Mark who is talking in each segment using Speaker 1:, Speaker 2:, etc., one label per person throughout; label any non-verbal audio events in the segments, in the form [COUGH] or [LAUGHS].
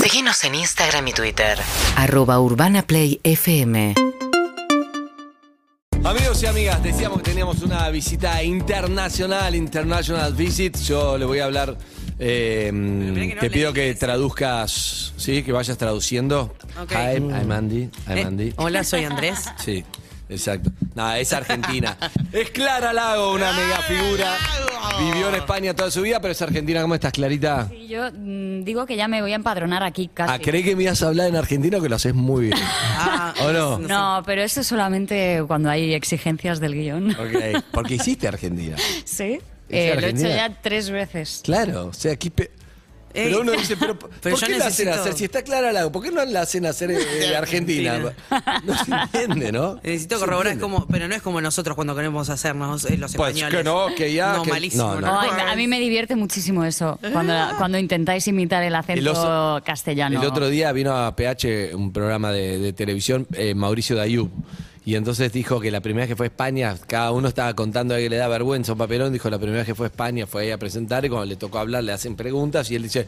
Speaker 1: Seguinos en Instagram y Twitter.
Speaker 2: Arroba Urbana Play FM.
Speaker 3: Amigos y amigas, decíamos que teníamos una visita internacional, international visit. Yo le voy a hablar. eh, te pido que traduzcas, sí, que vayas traduciendo.
Speaker 4: Ok.
Speaker 3: Hi, I'm Andy. I'm Andy.
Speaker 4: Hola, soy Andrés.
Speaker 3: Sí, exacto. Nada, es argentina. es Clara Lago, una mega figura. Vivió en España toda su vida, pero es argentina. ¿Cómo estás, Clarita?
Speaker 5: Y yo mm, digo que ya me voy a empadronar aquí casi.
Speaker 3: Ah, ¿crees que me ibas a hablar en argentino que lo haces muy bien?
Speaker 4: Ah,
Speaker 3: ¿O no?
Speaker 5: No, pero eso es solamente cuando hay exigencias del guión.
Speaker 3: Ok, porque hiciste Argentina.
Speaker 5: [LAUGHS] Sí.
Speaker 3: ¿Es
Speaker 5: Eh, lo he hecho
Speaker 3: Argentina?
Speaker 5: ya tres veces.
Speaker 3: Claro, o sea, aquí... pe-
Speaker 4: Ey.
Speaker 3: Pero uno dice, pero, ¿por
Speaker 4: Eh, Pero
Speaker 3: qué
Speaker 4: yo
Speaker 3: la hacen
Speaker 4: necesito-
Speaker 3: hacer? Si está clara la... ¿Por qué no la hacen hacer eh, de Argentina? No se entiende, ¿no?
Speaker 4: Necesito
Speaker 3: Se
Speaker 4: corroborar, es
Speaker 3: entiende.
Speaker 4: como, pero no es como nosotros cuando queremos hacernos eh, los
Speaker 3: Pues
Speaker 4: españoles.
Speaker 3: que no, que ya,
Speaker 4: No,
Speaker 3: que-
Speaker 4: malísimo.
Speaker 3: no,
Speaker 4: No,
Speaker 3: no.
Speaker 5: Ay, a mí me divierte muchísimo eso,
Speaker 3: [LAUGHS]
Speaker 5: cuando, cuando intentáis imitar el acento
Speaker 3: El oso-
Speaker 5: castellano.
Speaker 3: El otro día vino a PH un programa de, de televisión, eh, Mauricio Dayub. Y entonces dijo que la primera vez que fue a España, cada uno estaba contando a que le da vergüenza un papelón. Dijo, la primera vez que fue a España fue ahí a presentar y cuando le tocó hablar le hacen preguntas y él dice,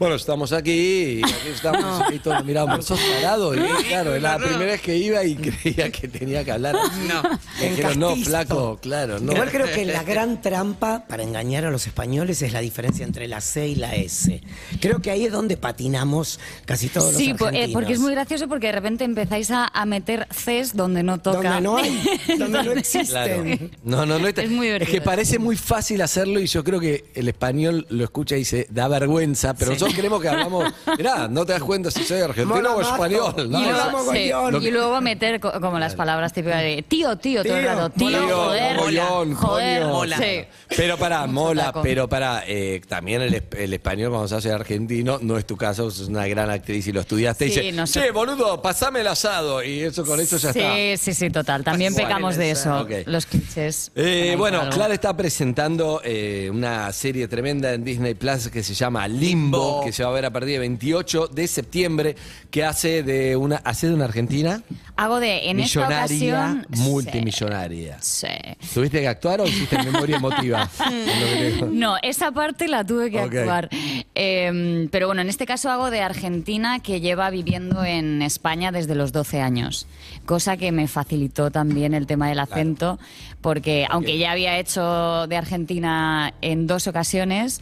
Speaker 3: bueno, estamos aquí, y aquí estamos, y todos lo miraban, sos tarado. Y claro, era la primera vez que iba y creía que tenía que hablar. así.
Speaker 4: No.
Speaker 3: Le dijeron, no,
Speaker 6: Encastizo.
Speaker 3: flaco, claro, no.
Speaker 6: Igual creo
Speaker 3: [LAUGHS]
Speaker 6: que la gran trampa para engañar a los españoles es la diferencia entre la C y la S. Creo que ahí es donde patinamos casi todos
Speaker 5: Sí,
Speaker 6: los
Speaker 5: po- eh,
Speaker 6: argentinos.
Speaker 5: porque es muy gracioso porque de repente empezáis a, a meter Cs donde no toca.
Speaker 6: Donde
Speaker 5: [LAUGHS]
Speaker 6: no hay, donde no
Speaker 5: Entonces-
Speaker 6: existen.
Speaker 3: Claro. No, no, no está-
Speaker 5: Este, Es muy divertido.
Speaker 3: que parece muy fácil hacerlo y yo creo que el español lo escucha y dice, da vergüenza, pero nosotros creemos que
Speaker 5: [LAUGHS]
Speaker 3: hablamos, mirá, no te das cuenta si soy argentino
Speaker 6: Mola
Speaker 3: o
Speaker 6: mazo.
Speaker 3: español. ¿no?
Speaker 5: Y
Speaker 6: Mola
Speaker 3: Lo-
Speaker 6: mazo.
Speaker 5: luego, sí,
Speaker 6: mogollón.
Speaker 5: y luego meter co- como las palabras típicas de tío, tío, todo el
Speaker 6: Tío,
Speaker 5: rato. Tío,
Speaker 3: Tío,
Speaker 5: joder,
Speaker 3: mogollón,
Speaker 5: joder,
Speaker 3: coño.
Speaker 4: mola.
Speaker 5: sí.
Speaker 3: Pero para,
Speaker 5: Mucho
Speaker 3: mola,
Speaker 5: taco.
Speaker 3: pero para, también el, es- el español cuando se hace argentino, no es tu caso, es una gran actriz y lo estudiaste.
Speaker 5: Sí,
Speaker 3: y dice,
Speaker 5: no sé.
Speaker 3: che, boludo, pasame el asado. Y eso con eso ya
Speaker 5: sí,
Speaker 3: está.
Speaker 5: sí, sí, total. También
Speaker 4: Bueno,
Speaker 5: pecamos de eso,
Speaker 3: ok.
Speaker 5: los clichés.
Speaker 3: Eh,
Speaker 5: Ahí
Speaker 3: bueno,
Speaker 5: para algo.
Speaker 3: Clara está presentando eh, una serie tremenda en Disney Plus que se llama Limbo,
Speaker 4: Limbo.
Speaker 3: que se va a ver a partir del 28 de septiembre, que hace de una, hace de una Argentina
Speaker 5: Hago de, en esta
Speaker 3: millonaria,
Speaker 5: ocasión...
Speaker 3: multimillonaria.
Speaker 5: Sí, sí.
Speaker 3: ¿Tuviste que actuar o hiciste memoria
Speaker 5: [LAUGHS]
Speaker 3: emotiva? Es lo que te digo.
Speaker 5: No, esa parte la tuve que
Speaker 3: Ok.
Speaker 5: actuar. Eh, pero bueno, en este caso hago de Argentina que lleva viviendo en España desde los 12 años, cosa que me facilitó también el tema del acento, porque aunque ya había hecho de Argentina en dos ocasiones,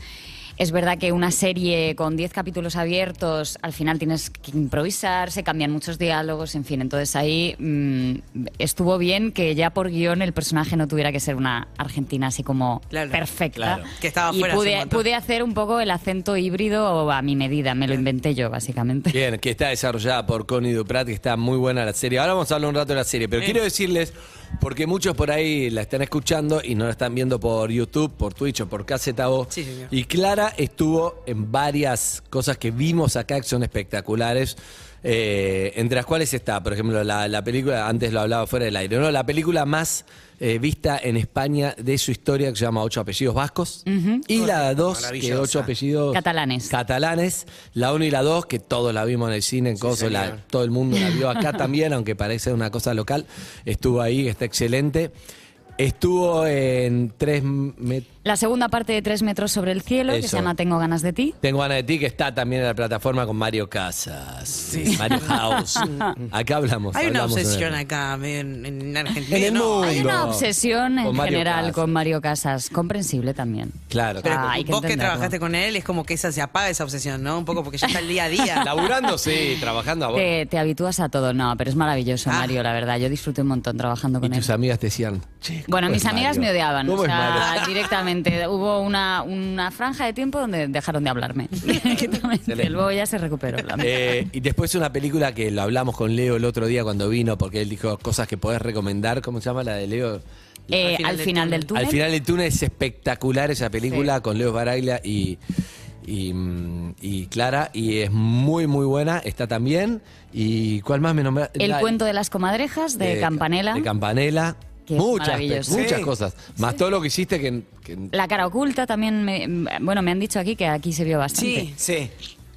Speaker 5: es verdad que una serie con 10 capítulos abiertos, al final tienes que improvisar, se cambian muchos diálogos, en fin, entonces ahí mm, estuvo bien que ya por guión el personaje no tuviera que ser una argentina así como
Speaker 4: Claro.
Speaker 5: perfecta.
Speaker 3: Claro.
Speaker 4: Que estaba
Speaker 5: y
Speaker 4: fuera hace un
Speaker 5: pude,
Speaker 4: montón.
Speaker 5: pude hacer un poco el acento híbrido a mi medida, me lo inventé yo, básicamente.
Speaker 3: Bien, que está desarrollada por Connie Duprat, que está muy buena la serie. Ahora vamos a hablar un rato de la serie, pero quiero decirles, porque muchos por ahí la están escuchando y no la están viendo por YouTube, por Twitch o por Caseta O.
Speaker 4: Sí, señor.
Speaker 3: Y Clara estuvo en varias cosas que vimos acá que son espectaculares. eh, entre las cuales está, por ejemplo, la, la película, antes lo hablaba fuera del aire, ¿no? La película más eh, vista en España de su historia, que se llama Ocho Apellidos Vascos, y la dos, que
Speaker 6: Maravillosa.
Speaker 3: Ocho Apellidos
Speaker 5: Catalanes.
Speaker 3: catalanes, la 1 y la 2, que todos la vimos en el cine, en Coso, la- todo el mundo la vio
Speaker 5: [LAUGHS]
Speaker 3: acá también, aunque parece una cosa local, estuvo ahí, está excelente. Estuvo en tres... me-
Speaker 5: La segunda parte de Tres metros sobre el cielo, que
Speaker 3: Eso.
Speaker 5: se llama Tengo ganas de ti.
Speaker 3: tengo ganas de ti, que está también en la plataforma con Mario Casas, eh, Mario
Speaker 5: [LAUGHS]
Speaker 3: House. Acá hablamos.
Speaker 4: Hay una
Speaker 3: hablamos de-
Speaker 4: obsesión acá medio en, en Argentina.
Speaker 3: En el
Speaker 4: ¿no?
Speaker 3: mundo.
Speaker 5: Hay una
Speaker 3: No.
Speaker 5: obsesión en
Speaker 3: Con Mario
Speaker 5: general
Speaker 3: Casas.
Speaker 5: con Mario Casas, comprensible también.
Speaker 3: Claro.
Speaker 5: Pero- Ah, hay que
Speaker 4: Vos que
Speaker 5: entenderlo.
Speaker 4: trabajaste con él, es como que esa se apaga esa obsesión, ¿no? Un poco porque ya está el día
Speaker 3: [LAUGHS]
Speaker 4: a día.
Speaker 3: Laburando, sí, trabajando a vos.
Speaker 5: Te, te habitúas a todo, no, pero es maravilloso,
Speaker 4: Ah.
Speaker 5: Mario, la verdad. Yo disfruté un montón trabajando
Speaker 3: Y
Speaker 5: con él.
Speaker 3: tus amigas te decían... "Che, ¿cómo
Speaker 5: Bueno,
Speaker 3: es
Speaker 5: mis amigas
Speaker 3: Mario?
Speaker 5: me odiaban,
Speaker 3: ¿Cómo
Speaker 5: o
Speaker 3: es Mario?" [LAUGHS]
Speaker 5: sea, [LAUGHS] directamente. Hubo una, una franja de tiempo donde dejaron
Speaker 3: [LAUGHS]
Speaker 5: de hablarme. directamente.
Speaker 3: Excelente.
Speaker 5: Luego ya se recuperó. la-
Speaker 3: Eh, y después una película que lo hablamos con Leo el otro día cuando vino, porque él dijo cosas que podés recomendar. ¿Cómo se llama la de Leo?
Speaker 5: Eh,
Speaker 4: final
Speaker 5: al
Speaker 4: del
Speaker 5: final del
Speaker 4: túnel.
Speaker 5: túnel.
Speaker 3: Al final del túnel es espectacular esa película con Leo Baraglia y, y, mm, y Clara. Y es muy, muy buena. Está también. ¿Y cuál más me nombraste?
Speaker 5: El
Speaker 3: La-
Speaker 5: cuento de las comadrejas de, Campanela.
Speaker 3: De Campanela.
Speaker 5: Que es
Speaker 3: Muchas,
Speaker 5: maravilloso.
Speaker 3: muchas
Speaker 6: Sí.
Speaker 3: cosas. Más todo lo que hiciste que... que-
Speaker 5: la cara oculta también, me- bueno, me han dicho aquí que aquí se vio bastante.
Speaker 6: Sí,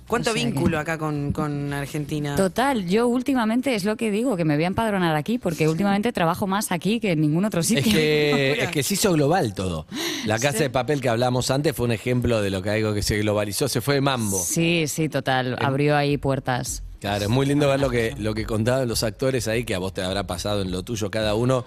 Speaker 4: ¿Cuánto
Speaker 5: O sea que-
Speaker 4: vínculo acá con, con Argentina?
Speaker 5: Total, yo últimamente es lo que digo, que me voy a empadronar aquí, porque últimamente trabajo más aquí que en ningún otro sitio.
Speaker 3: Es que, es que se hizo global todo. La casa de papel que hablamos antes fue un ejemplo de lo que algo que se globalizó, se fue de mambo.
Speaker 5: Sí, sí, total, abrió ahí puertas.
Speaker 3: Claro, es muy lindo ver lo que, lo que contaban los actores ahí, que a vos te habrá pasado en lo tuyo cada uno.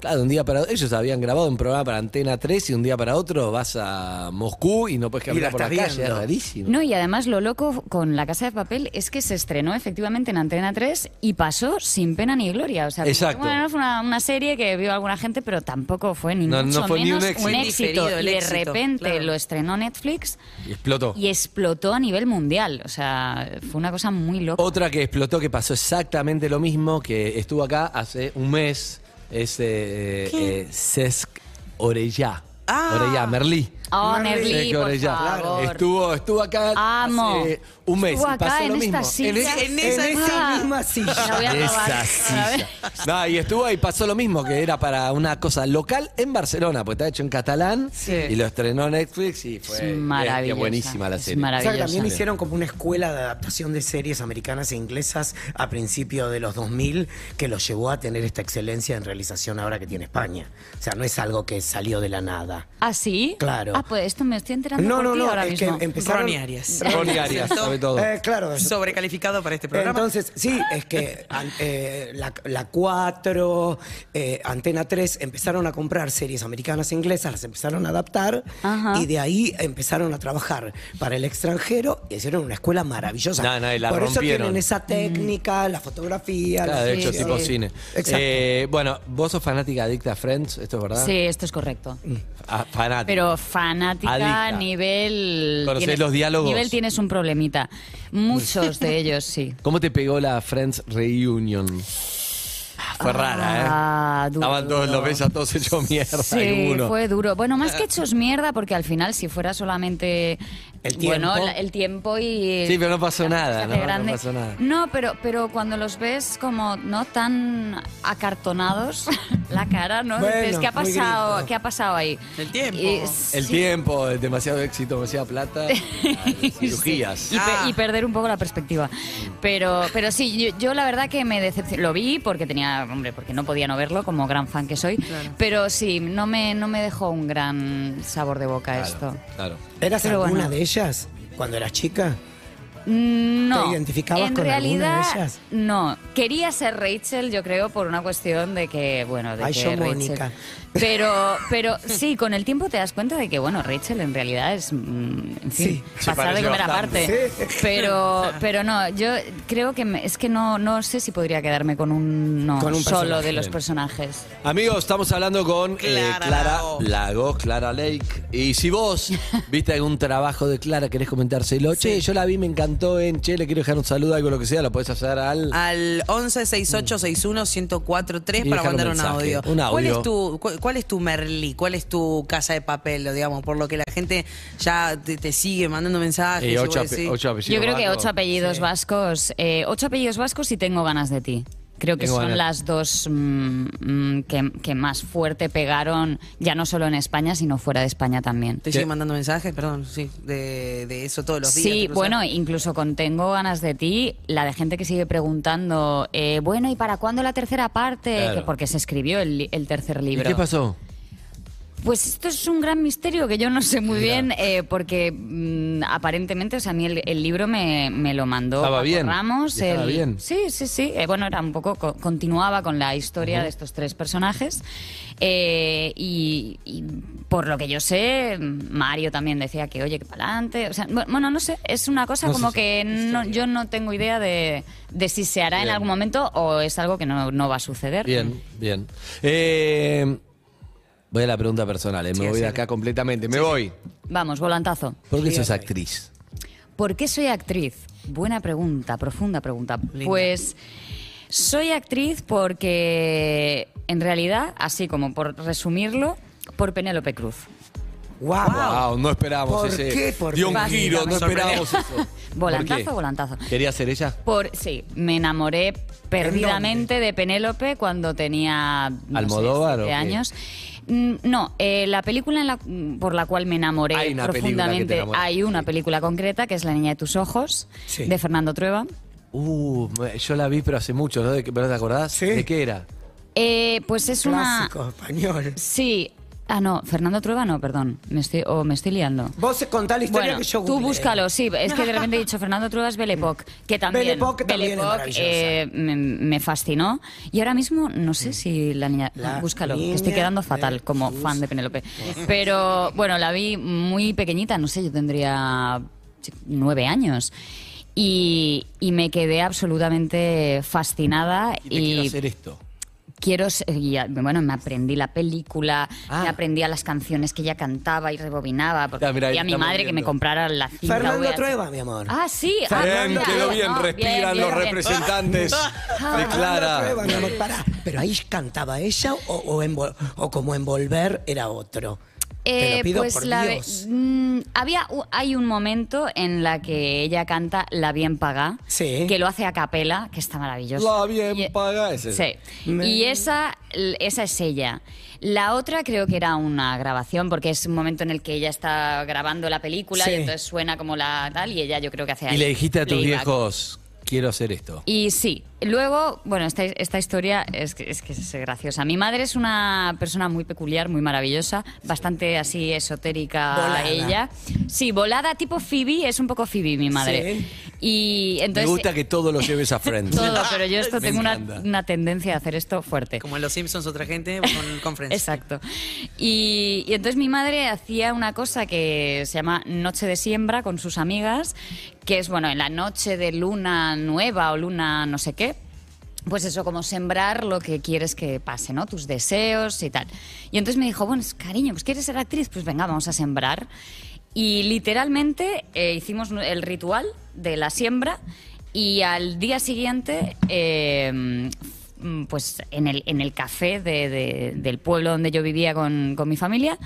Speaker 3: Claro, un día para ellos habían grabado un programa para Antena 3 y un día para otro vas a Moscú y no puedes
Speaker 6: la
Speaker 3: caminar por la
Speaker 6: estás
Speaker 3: calle, es
Speaker 6: viendo.
Speaker 3: rarísimo.
Speaker 5: No, y además lo loco con La Casa de Papel es que se estrenó efectivamente en Antena 3 y pasó sin pena ni gloria. O sea, como que,
Speaker 3: Exacto.
Speaker 5: bueno, fue una, una serie que vio alguna gente, pero tampoco fue ni
Speaker 3: No, no
Speaker 5: mucho
Speaker 3: fue ni un
Speaker 5: menos
Speaker 3: éxito.
Speaker 4: Diferido el
Speaker 5: Y de
Speaker 4: éxito,
Speaker 5: repente
Speaker 4: claro.
Speaker 5: lo estrenó Netflix
Speaker 3: Y explotó.
Speaker 5: y explotó a nivel mundial. O sea, fue una cosa muy loca.
Speaker 3: Otra que explotó, que pasó exactamente lo mismo, que estuvo acá hace un mes, es eh, eh, Cesc Orellá.
Speaker 4: Ah.
Speaker 3: Orellá, Merlí.
Speaker 5: Oh,
Speaker 4: Merlí.
Speaker 5: Merlí,
Speaker 3: Cesc
Speaker 5: por
Speaker 3: Orellá.
Speaker 5: favor.
Speaker 3: Estuvo, estuvo acá
Speaker 5: Amo.
Speaker 3: hace un mes.
Speaker 5: Estuvo
Speaker 3: y pasó
Speaker 5: acá
Speaker 3: lo
Speaker 5: en
Speaker 3: mismo.
Speaker 5: esta silla.
Speaker 3: En ese-
Speaker 4: En esa
Speaker 6: en
Speaker 4: misma-
Speaker 6: esa misma silla.
Speaker 5: La voy a robar.
Speaker 3: Esa
Speaker 5: A ver.
Speaker 3: silla. No, y estuvo ahí, pasó lo mismo, que era para una cosa local en Barcelona, porque está hecho en catalán
Speaker 4: Sí.
Speaker 3: y lo estrenó Netflix y fue
Speaker 5: Es
Speaker 3: eh, qué
Speaker 5: maravillosa,
Speaker 3: buenísima la
Speaker 5: es
Speaker 3: serie.
Speaker 5: maravillosa.
Speaker 6: O sea, que también
Speaker 5: Maravillosa.
Speaker 6: hicieron como una escuela de adaptación de series americanas e inglesas a principios de los 2000 que los llevó a tener esta excelencia en realización ahora que tiene España. O sea, no es algo que salió de la nada.
Speaker 5: ¿Ah, sí?
Speaker 6: Claro.
Speaker 5: Ah, pues esto me estoy enterando
Speaker 6: No,
Speaker 5: por
Speaker 6: no,
Speaker 5: ti
Speaker 6: no,
Speaker 5: ahora
Speaker 6: es que
Speaker 5: mismo.
Speaker 6: empezaron...
Speaker 4: Ronnie Arias.
Speaker 3: Ronnie Arias, sobre todo.
Speaker 6: Eh, claro,
Speaker 4: Sobrecalificado para este programa.
Speaker 6: Entonces, sí, es que an- eh, la, la 4, eh, Antena 3, empezaron a comprar series americanas e inglesas, las empezaron a adaptar
Speaker 5: Ajá.
Speaker 6: y de ahí empezaron a trabajar para el extranjero y hicieron una escuela maravillosa.
Speaker 3: No, no, y la
Speaker 6: Por eso
Speaker 3: rompieron.
Speaker 6: tienen esa técnica,
Speaker 5: Mm.
Speaker 6: la fotografía.
Speaker 3: Claro,
Speaker 6: la
Speaker 3: de hecho,
Speaker 5: Sí,
Speaker 3: tipo
Speaker 5: sí.
Speaker 3: cine.
Speaker 6: Exacto.
Speaker 3: Eh, bueno, vos sos fanática adicta a Friends, ¿esto es verdad?
Speaker 5: Sí, esto es correcto.
Speaker 3: Ah, fanática.
Speaker 5: Pero fanática,
Speaker 3: Adicta.
Speaker 5: nivel.
Speaker 3: ¿Conocés los diálogos?
Speaker 5: Nivel tienes un problemita.
Speaker 3: [LAUGHS]
Speaker 5: Muchos de ellos sí.
Speaker 3: ¿Cómo te pegó la Friends Reunion? Ah, Fue rara, ¿eh?
Speaker 5: Ah, duro,
Speaker 3: Estaban todos,
Speaker 5: duro.
Speaker 3: los ves a todos hechos mierda. y
Speaker 5: Sí,
Speaker 3: uno.
Speaker 5: fue duro. Bueno, más
Speaker 3: [LAUGHS]
Speaker 5: que hechos mierda, porque al final, si fuera solamente.
Speaker 6: El
Speaker 5: Bueno,
Speaker 6: tiempo.
Speaker 5: la- el tiempo y.
Speaker 3: Sí, pero no pasó
Speaker 5: la
Speaker 3: nada,
Speaker 5: cosa
Speaker 3: ¿no?
Speaker 5: de
Speaker 3: No
Speaker 5: grande.
Speaker 3: pasó nada.
Speaker 5: No, pero, pero cuando los ves como no tan acartonados, [LAUGHS] la cara, ¿no?
Speaker 6: Bueno,
Speaker 5: Dices, ¿qué ha
Speaker 6: muy
Speaker 5: pasado?
Speaker 6: gringo.
Speaker 5: ¿Qué ha pasado ahí?
Speaker 4: El tiempo.
Speaker 5: [LAUGHS]
Speaker 3: El
Speaker 5: sí,
Speaker 3: tiempo, el demasiado éxito, demasiada
Speaker 5: [LAUGHS]
Speaker 3: plata, las cirugías.
Speaker 5: Y, pe-
Speaker 4: Ah.
Speaker 5: y perder un poco la perspectiva. Pero, pero sí, yo, yo la verdad que me decepcioné. Lo vi porque tenía, hombre, porque no podía no verlo, como gran fan que soy. Pero sí, no me, no me dejó un gran sabor de boca
Speaker 3: Claro,
Speaker 5: esto.
Speaker 3: claro.
Speaker 6: ¿Eras
Speaker 5: Pero
Speaker 6: alguna
Speaker 5: bueno.
Speaker 6: de ellas cuando eras chica?
Speaker 5: No.
Speaker 6: ¿Te identificabas
Speaker 5: en
Speaker 6: con
Speaker 5: realidad,
Speaker 6: alguna de ellas?
Speaker 5: No. Quería ser Rachel, yo creo, por una cuestión de que, bueno, de
Speaker 6: Ay,
Speaker 5: que
Speaker 6: yo
Speaker 5: Rachel-
Speaker 6: Mónica. [LAUGHS]
Speaker 5: Pero, pero sí, con el tiempo te das cuenta de que, bueno, Rachel en realidad es, mm, en fin,
Speaker 6: Sí,
Speaker 3: se
Speaker 5: pasar de
Speaker 3: parece
Speaker 5: comer
Speaker 3: bastante.
Speaker 5: aparte. Pero,
Speaker 6: [LAUGHS]
Speaker 5: pero no, yo creo que me- es que no, no sé si podría quedarme con un, no,
Speaker 6: Con un
Speaker 5: solo
Speaker 6: personaje.
Speaker 5: de los personajes.
Speaker 3: Amigos, estamos hablando con eh,
Speaker 4: Clara
Speaker 3: Clara
Speaker 4: Lago.
Speaker 3: Lago, Clara Lake. Y si vos viste algún trabajo de Clara, querés comentárselo, che, yo la vi, me encantó en Che, le quiero dejar un saludo, algo lo que sea, lo podés hacer al.
Speaker 4: Al 1168611043
Speaker 3: Y
Speaker 4: para
Speaker 3: dejar
Speaker 4: mandar
Speaker 3: un
Speaker 4: un
Speaker 3: mensaje,
Speaker 4: audio.
Speaker 3: un audio.
Speaker 4: ¿Cuál es tu cu- cuál es tu Merlí? ¿Cuál es tu casa de papel, lo digamos, por lo que la gente ya te, te sigue mandando mensajes?
Speaker 3: Eh,
Speaker 4: y
Speaker 3: ocho
Speaker 4: vos
Speaker 3: ape-
Speaker 4: decís,
Speaker 3: ocho apellidos
Speaker 5: Yo creo que
Speaker 3: vascos.
Speaker 5: ocho apellidos vascos, eh, ocho apellidos vascos y tengo ganas de ti. Creo que
Speaker 3: Tengo
Speaker 5: son
Speaker 3: ganas.
Speaker 5: las dos mm, mm, que, que más fuerte pegaron, ya no solo en España, sino fuera de España también.
Speaker 4: ¿Te siguen mandando mensajes? Perdón, sí, de, de eso todos los días.
Speaker 5: Sí,
Speaker 4: incluso.
Speaker 5: bueno, incluso con Tengo ganas de ti, la de gente que sigue preguntando, eh, bueno, ¿y para cuándo la tercera parte?
Speaker 3: Claro.
Speaker 5: Que Porque se escribió el, li- el tercer
Speaker 3: ¿Y
Speaker 5: libro.
Speaker 3: qué pasó?
Speaker 5: Pues esto es un gran misterio que yo no sé muy bien, eh, porque mm, aparentemente, o sea, a mí el, el libro me, me lo mandó
Speaker 3: Estaba
Speaker 5: Paco
Speaker 3: bien,
Speaker 5: Ramos.
Speaker 3: y estaba
Speaker 5: el-
Speaker 3: bien.
Speaker 5: Sí, sí, sí. Eh, bueno, era un poco, co- continuaba con la historia de estos tres personajes. Eh, y, y por lo que yo sé, Mario también decía que, oye, que para adelante. O sea, bu- bueno, no sé, es una cosa
Speaker 3: No sé
Speaker 5: como
Speaker 3: si-
Speaker 5: que no- yo no tengo idea de, de si se hará
Speaker 3: Bien.
Speaker 5: en algún momento o es algo que no, no va a suceder.
Speaker 3: Bien, bien. Eh, voy a la pregunta personal, eh, me
Speaker 4: Sí,
Speaker 3: voy de
Speaker 4: sí.
Speaker 3: acá completamente, me voy.
Speaker 5: Vamos, volantazo.
Speaker 3: ¿Por qué sos actriz?
Speaker 5: ¿Por qué soy actriz? Buena pregunta, profunda pregunta.
Speaker 4: Linda.
Speaker 5: Pues soy actriz porque, en realidad, así como por resumirlo, por Penélope Cruz.
Speaker 6: ¡Wow!
Speaker 3: Wow, no esperábamos
Speaker 6: ¿Por
Speaker 3: ese.
Speaker 6: qué? ¿Por
Speaker 3: Dio
Speaker 6: qué?
Speaker 3: un giro, no
Speaker 4: Me sorprendió.
Speaker 3: esperábamos eso.
Speaker 5: Volantazo,
Speaker 3: ¿Por qué?
Speaker 5: volantazo.
Speaker 3: ¿Quería ser ella?
Speaker 5: Por, sí, me enamoré perdidamente de Penélope cuando tenía no sé,
Speaker 3: ¿Almodóvar o
Speaker 5: siete
Speaker 3: qué?
Speaker 5: años. Mm, No, eh, la película en la- mm, por la cual me enamoré
Speaker 3: Hay una película que te
Speaker 5: profundamente,
Speaker 3: enamora.
Speaker 5: hay una película concreta que es La niña de tus ojos,
Speaker 6: Sí.
Speaker 5: de Fernando Trueba.
Speaker 3: Uh, me- yo la vi, pero hace mucho, ¿no? ¿De qué- ¿Pero te acordás?
Speaker 6: Sí.
Speaker 3: ¿De qué era?
Speaker 5: Eh, pues es una...
Speaker 6: Clásico español.
Speaker 5: Sí. Ah, no, Fernando Trueba no, perdón. Me estoy, o me estoy liando.
Speaker 6: Vos contá la historia
Speaker 5: Bueno,
Speaker 6: que yo
Speaker 5: tú
Speaker 6: googleé.
Speaker 5: búscalo, sí. Es que de repente he
Speaker 6: [LAUGHS]
Speaker 5: dicho Fernando Trueba es Belle Époque, que también,
Speaker 6: Belle Époque también es
Speaker 5: Époque,
Speaker 6: maravillosa.
Speaker 5: eh, me, me fascinó. Y ahora mismo, no sé si la niña...
Speaker 6: La
Speaker 5: búscalo,
Speaker 6: niña
Speaker 5: que estoy quedando
Speaker 6: de
Speaker 5: fatal como
Speaker 6: sus-
Speaker 5: fan de Penélope. Pero bueno, la vi muy pequeñita, no sé, yo tendría ch- nueve años. Y, y me quedé absolutamente fascinada
Speaker 3: Y te quiero hacer esto.
Speaker 5: quiero ser- y, ah, bueno me aprendí la película
Speaker 3: Ah.
Speaker 5: me aprendí a las canciones que ella cantaba y rebobinaba porque
Speaker 3: Ya, mira, ahí
Speaker 5: pedí a mi
Speaker 3: estamos
Speaker 5: madre que me
Speaker 3: viendo.
Speaker 5: comprara la cinta
Speaker 6: Fernando
Speaker 5: VHS.
Speaker 6: Trueba, mi amor.
Speaker 5: ah sí ah,
Speaker 3: Bien,
Speaker 5: mira,
Speaker 3: quedó
Speaker 5: no,
Speaker 3: bien,
Speaker 5: bien,
Speaker 3: respiran
Speaker 5: bien, Ah,
Speaker 3: los
Speaker 5: bien. [LAUGHS]
Speaker 3: representantes de
Speaker 6: Fernando Trueba,
Speaker 3: Clara.
Speaker 6: mi amor, pará. Pero ahí cantaba ella o, o envol- o como envolver era otro. Te
Speaker 5: Eh,
Speaker 6: lo pido
Speaker 5: pues
Speaker 6: por
Speaker 5: la ve-
Speaker 6: Dios.
Speaker 5: mm, había u- hay un momento en la que ella canta La bien pagá
Speaker 6: Sí.
Speaker 5: que lo hace a capela que está maravilloso
Speaker 3: La bien
Speaker 5: Y-
Speaker 3: paga ese.
Speaker 5: Sí. Y esa, l- esa es ella. La otra creo que era una grabación, porque es un momento en el que ella está grabando la película
Speaker 6: Sí.
Speaker 5: y entonces suena como la tal, y ella yo creo que hace
Speaker 3: Y
Speaker 5: ahí
Speaker 3: le dijiste a tus
Speaker 5: playback.
Speaker 3: viejos, quiero hacer esto.
Speaker 5: Y sí, luego, bueno, esta, esta historia es que, es que es graciosa. Mi madre es una persona muy peculiar, muy maravillosa, bastante así esotérica
Speaker 6: Volada.
Speaker 5: ella. Sí, volada tipo Phoebe, es un poco Phoebe mi madre.
Speaker 6: Sí.
Speaker 5: Y entonces...
Speaker 3: Me gusta que todo lo
Speaker 5: [LAUGHS]
Speaker 3: lleves a Friends.
Speaker 5: Todo,
Speaker 3: [LAUGHS]
Speaker 5: pero yo esto
Speaker 3: Me
Speaker 5: tengo una,
Speaker 3: encanta.
Speaker 5: una tendencia a hacer esto fuerte.
Speaker 4: Como en Los Simpsons, otra gente
Speaker 5: [LAUGHS]
Speaker 4: con conferencia.
Speaker 5: Exacto. Y, y entonces mi madre hacía una cosa que se llama Noche de Siembra con sus amigas, que es, bueno, en la noche de luna nueva o luna no sé qué. Pues eso, como sembrar lo que quieres que pase, ¿no? Tus deseos y tal. Y entonces me dijo, bueno, es- cariño, pues quieres ser actriz, pues venga, vamos a sembrar. Y literalmente eh, hicimos nu- el ritual de la siembra y al día siguiente eh, mm, pues en el, en el café de- de- del pueblo donde yo vivía con, con mi familia,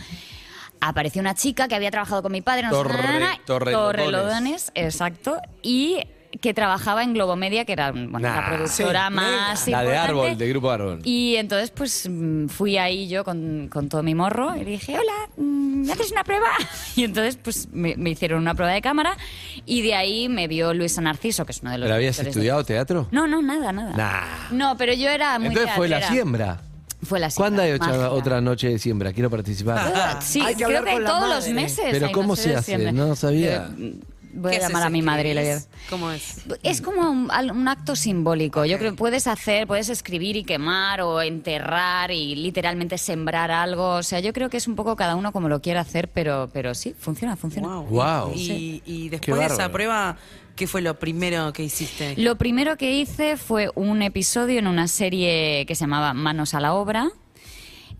Speaker 5: apareció una chica que había trabajado con mi padre, no sé,
Speaker 3: Torre-
Speaker 5: na, na, na,
Speaker 3: Torrelodones.
Speaker 5: Torrelodones, exacto, y que trabajaba en Globomedia, que era bueno,
Speaker 3: Nah.
Speaker 5: la productora
Speaker 6: Sí,
Speaker 5: más
Speaker 3: La de
Speaker 5: importante.
Speaker 3: árbol, de grupo árbol.
Speaker 5: Y entonces, pues mm, fui ahí yo con, con todo mi morro y le dije, hola, mm, ¿me haces una prueba? [LAUGHS] Y entonces, pues me, me hicieron una prueba de cámara y de ahí me vio Luisa Narciso, que es uno de los.
Speaker 3: ¿Pero habías
Speaker 5: directores de-
Speaker 3: estudiado teatro?
Speaker 5: No, no, nada, nada.
Speaker 3: Nah.
Speaker 5: No, pero yo era muy.
Speaker 3: Entonces fue la
Speaker 5: teatrera.
Speaker 3: siembra.
Speaker 5: Fue la
Speaker 3: ¿Cuándo
Speaker 5: siembra.
Speaker 3: hay otra,
Speaker 5: magia.
Speaker 3: otra noche de siembra? Quiero participar.
Speaker 5: Ah, Sí,
Speaker 6: Hay que
Speaker 5: creo
Speaker 6: hablar
Speaker 5: que
Speaker 6: con
Speaker 5: hay
Speaker 6: la
Speaker 5: todos los
Speaker 6: madre.
Speaker 5: meses.
Speaker 3: Pero
Speaker 5: hay
Speaker 3: ¿cómo
Speaker 5: noche
Speaker 3: se
Speaker 5: de
Speaker 3: hace?
Speaker 5: siembra.
Speaker 3: No sabía.
Speaker 5: Yo, mm, voy
Speaker 4: ¿Qué
Speaker 5: a
Speaker 4: es
Speaker 5: llamar
Speaker 4: ese
Speaker 5: a mi madre y le
Speaker 4: escribís?
Speaker 5: digo.
Speaker 4: ¿Cómo es?
Speaker 5: Es como un, al- un acto simbólico. Yo
Speaker 4: Ok.
Speaker 5: creo que puedes hacer, puedes escribir y quemar o enterrar y literalmente sembrar algo. O sea, yo creo que es un poco cada uno como lo quiera hacer, pero, pero sí, funciona, funciona.
Speaker 4: Wow.
Speaker 3: Wow.
Speaker 4: Y,
Speaker 5: Sí.
Speaker 4: y
Speaker 3: Qué
Speaker 4: después de
Speaker 3: bárbaro.
Speaker 4: esa prueba, ¿qué fue lo primero que hiciste?
Speaker 5: Lo primero que hice fue un episodio en una serie que se llamaba Manos a la obra.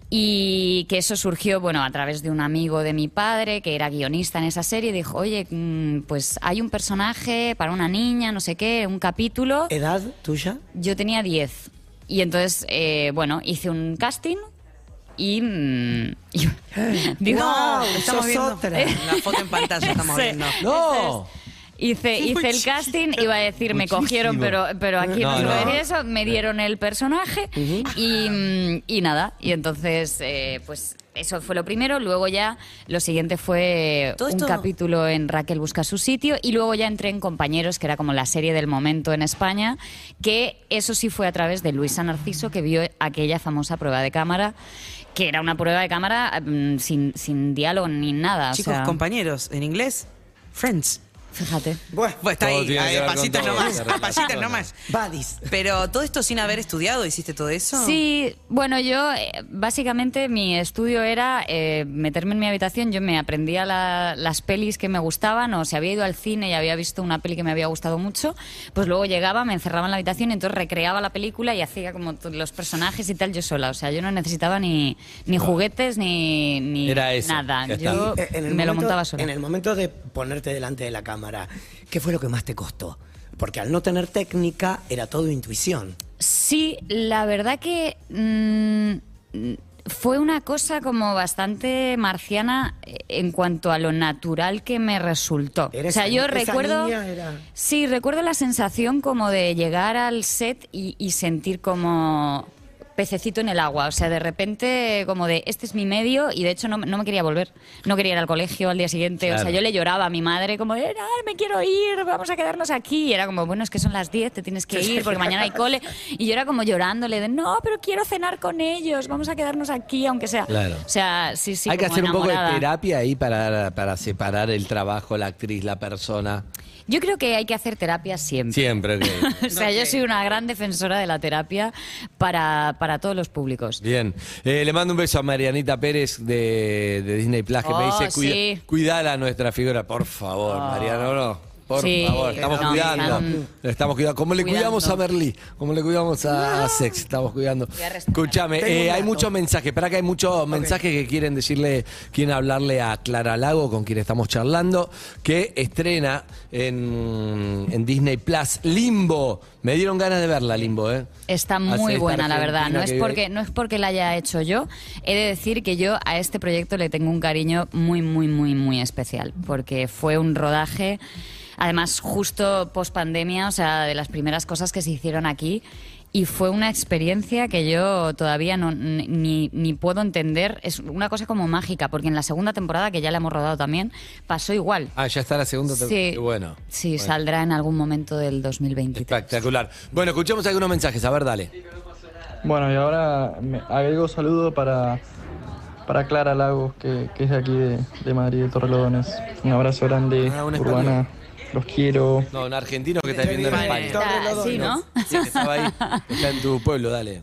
Speaker 5: Y que eso surgió, bueno, a través de un amigo de mi padre que era guionista en esa serie. y Dijo, oye, mm, pues hay un personaje para una niña, no sé qué, un capítulo.
Speaker 6: ¿Edad tuya?
Speaker 5: Yo tenía 10. Y entonces, eh, bueno, hice un casting y. mm, [LAUGHS] y- digo,
Speaker 4: Wow,
Speaker 6: Wow,
Speaker 4: estamos
Speaker 6: sos
Speaker 4: viendo
Speaker 6: otra.
Speaker 4: la foto en pantalla, estamos
Speaker 5: [LAUGHS] Sí.
Speaker 4: viendo.
Speaker 3: ¡No!
Speaker 5: Hice, hice el casting, iba a decir, me
Speaker 3: Muchísimo.
Speaker 5: cogieron, pero, pero aquí
Speaker 3: No,
Speaker 5: no, iba a
Speaker 3: no.
Speaker 5: decir eso, me dieron el personaje y, mm, y nada. Y entonces, eh, pues eso fue lo primero. Luego ya lo siguiente fue
Speaker 4: Todo
Speaker 5: un
Speaker 4: esto-
Speaker 5: capítulo en Raquel Busca su sitio y luego ya entré en Compañeros, que era como la serie del momento en España, que eso sí fue a través de Luisa Narciso, que vio aquella famosa prueba de cámara, que era una prueba de cámara mm, sin, sin diálogo ni nada. o
Speaker 4: Chicos,
Speaker 5: sea,
Speaker 4: compañeros, en inglés, friends.
Speaker 5: fíjate.
Speaker 6: Bueno,
Speaker 4: Pues está
Speaker 3: Todo
Speaker 4: ahí,
Speaker 3: tiene que
Speaker 4: ahí,
Speaker 3: ver con
Speaker 4: pasitos
Speaker 3: todo,
Speaker 4: nomás,
Speaker 3: se relaciona.
Speaker 4: pasitos nomás.
Speaker 6: buddies.
Speaker 4: Pero todo esto sin haber estudiado, ¿hiciste todo eso?
Speaker 5: Sí, bueno, yo eh, básicamente mi estudio era eh, meterme en mi habitación, yo me aprendía la- las pelis que me gustaban o si había ido al cine y había visto una peli que me había gustado mucho, pues luego llegaba, me encerraba en la habitación y entonces recreaba la película y hacía como t- los personajes y tal yo sola, o sea, yo no necesitaba ni, ni juguetes ni, ni
Speaker 3: Era eso,
Speaker 5: nada,
Speaker 3: ya está.
Speaker 5: yo
Speaker 6: Eh, en
Speaker 5: me
Speaker 6: el
Speaker 5: lo
Speaker 6: momento-
Speaker 5: montaba sola.
Speaker 6: En el momento de ponerte delante de la cámara, ¿qué fue lo que más te costó? Porque al no tener técnica, era todo intuición.
Speaker 5: Sí, la verdad que mm, fue una cosa como bastante marciana eh, en cuanto a lo natural que me resultó.
Speaker 6: Era
Speaker 5: o sea,
Speaker 6: esa-
Speaker 5: yo
Speaker 6: esa
Speaker 5: recuerdo...
Speaker 6: niña era-
Speaker 5: Sí, recuerdo la sensación como de llegar al set y, y sentir como pececito en el agua. O sea, de repente, como de, este es mi medio, y de hecho no, no me quería volver. No quería ir al colegio al día siguiente. O sea,
Speaker 3: Claro.
Speaker 5: yo le lloraba a mi madre, como de, "Ah, me quiero ir, vamos a quedarnos aquí. Y era como, bueno, es que son las 10, te tienes que ir porque mañana hay cole. Y yo era como llorándole, de, no, pero quiero cenar con ellos, vamos a quedarnos aquí, aunque sea.
Speaker 3: Claro.
Speaker 5: O sea, sí, sí.
Speaker 3: Hay que
Speaker 5: como
Speaker 3: hacer un poco de
Speaker 5: enamorada.
Speaker 3: terapia ahí para, para separar el trabajo, la actriz, la persona.
Speaker 5: Yo creo que hay que hacer terapia siempre.
Speaker 3: Siempre. ok.
Speaker 5: [LAUGHS] O sea, yo soy una gran defensora de la terapia para, para todos los públicos.
Speaker 3: Bien. Eh, le mando un beso a Marianita Pérez de, de Disney Plus que me
Speaker 5: Oh,
Speaker 3: dice, "Cuida-
Speaker 5: sí. Oh.
Speaker 3: cuidala a nuestra figura, por favor, Mariano, no. Por
Speaker 5: Sí,
Speaker 3: favor, estamos
Speaker 5: no,
Speaker 3: cuidando.
Speaker 5: están
Speaker 3: la Estamos cuidando. Como le
Speaker 5: cuidando.
Speaker 3: cuidamos a Merlí, como le cuidamos a, a Sex, estamos cuidando.
Speaker 5: Voy a restaurar.
Speaker 3: Escúchame,
Speaker 7: Tengo
Speaker 3: eh,
Speaker 7: un
Speaker 3: hay
Speaker 7: dato.
Speaker 3: muchos mensajes. Para que hay muchos mensajes que quieren decirle, quieren hablarle a Clara Lago, con quien estamos charlando, que estrena en, en Disney Plus Limbo. Me dieron ganas de verla, Limbo, ¿eh?
Speaker 5: Está
Speaker 3: Hace
Speaker 5: muy
Speaker 3: esta
Speaker 5: buena, la verdad. No
Speaker 3: argentina
Speaker 5: es,
Speaker 3: que-
Speaker 5: porque, no es porque la haya hecho yo. He de decir que yo a este proyecto le tengo un cariño muy, muy, muy, muy especial. Porque fue un rodaje, además, justo post pandemia, o sea, de las primeras cosas que se hicieron aquí. Y fue una experiencia que yo todavía no, ni- ni, ni puedo entender. Es una cosa como mágica, porque en la segunda temporada, que ya la hemos rodado también, pasó igual.
Speaker 3: Ah, ya está la segunda temporada.
Speaker 5: Sí,
Speaker 3: Bueno.
Speaker 5: sí
Speaker 3: Bueno.
Speaker 5: saldrá en algún momento del 2023.
Speaker 3: Espectacular. Bueno, escuchemos algunos mensajes. A ver, dale.
Speaker 8: Bueno, y ahora me agrego saludo para, para Clara Lagos, que, que es de aquí de, de Madrid, de Torrelodones. Un abrazo grande,
Speaker 3: Ah, una
Speaker 8: Urbana. Los quiero.
Speaker 3: No, un argentino que está viviendo en España.
Speaker 5: Está- sí, ¿no?
Speaker 3: Sí, que estaba ahí. Está en tu pueblo, dale.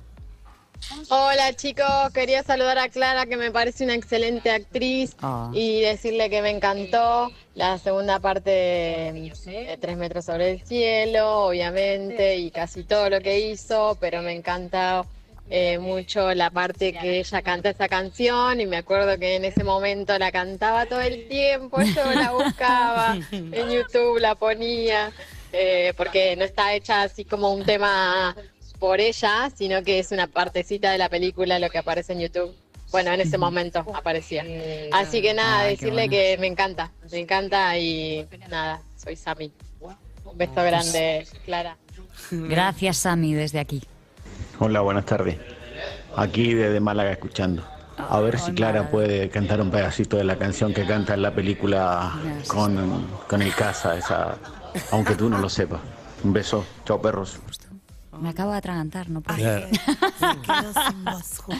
Speaker 9: Hola chicos, quería saludar a Clara que me parece una excelente actriz
Speaker 5: Ah.
Speaker 9: y decirle que me encantó la segunda parte de, de Tres metros sobre el cielo, obviamente, y casi todo lo que hizo, pero me encanta eh, mucho la parte que ella canta esa canción y me acuerdo que en ese momento la cantaba todo el tiempo, yo
Speaker 5: [LAUGHS]
Speaker 9: la buscaba en YouTube, la ponía, eh, porque no está hecha así como un tema por ella, sino que es una partecita de la película lo que aparece en YouTube. Bueno, en ese momento aparecía. Así que nada,
Speaker 5: Ay, qué
Speaker 9: decirle
Speaker 5: bueno.
Speaker 9: que me encanta, me encanta y nada, soy Sammy. Un beso grande, Clara.
Speaker 5: Gracias, Sami, desde aquí.
Speaker 10: Hola, buenas tardes. Aquí desde Málaga escuchando. A ver si
Speaker 5: Hola.
Speaker 10: Clara puede cantar un pedacito de la canción que canta en la película
Speaker 5: Gracias.
Speaker 10: con, con el casa, esa, aunque tú no lo sepas. Un beso, chao perros.
Speaker 5: Me acabo de atragantar, no puedo.
Speaker 3: Claro. Eh.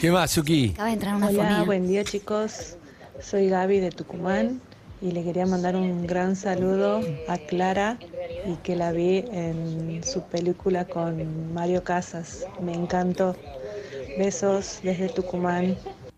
Speaker 3: ¿Qué más, Suki?
Speaker 5: Acaba de entrar una
Speaker 11: Hola,
Speaker 5: fonía.
Speaker 11: buen día chicos. Soy Gaby de Tucumán y le quería mandar un gran saludo a Clara y que la vi en su película con Mario Casas. Me encantó. Besos desde Tucumán.